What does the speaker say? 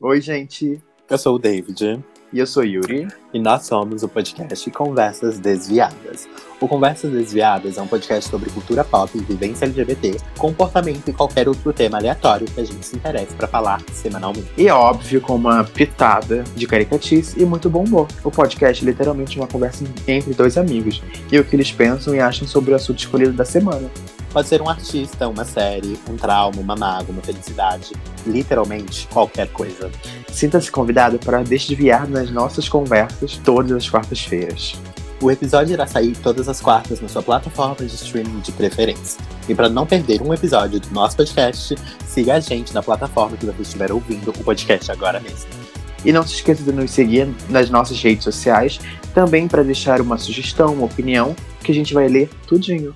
Oi, gente. Eu sou o David. E eu sou Yuri. E nós somos o podcast Conversas Desviadas. O Conversas Desviadas é um podcast sobre cultura pop, vivência LGBT, comportamento e qualquer outro tema aleatório que a gente se interesse pra falar semanalmente. E é óbvio, com uma pitada de caricatice e muito bom humor. O podcast é literalmente uma conversa entre dois amigos e o que eles pensam e acham sobre o assunto escolhido da semana. Pode ser um artista, uma série, um trauma, uma mágoa, uma felicidade, literalmente qualquer coisa. Sinta-se convidado para desviar nas nossas conversas todas as quartas-feiras. O episódio irá sair todas as quartas na sua plataforma de streaming de preferência. E para não perder um episódio do nosso podcast, siga a gente na plataforma que você estiver ouvindo o podcast agora mesmo. E não se esqueça de nos seguir nas nossas redes sociais, também para deixar uma sugestão, uma opinião, que a gente vai ler tudinho.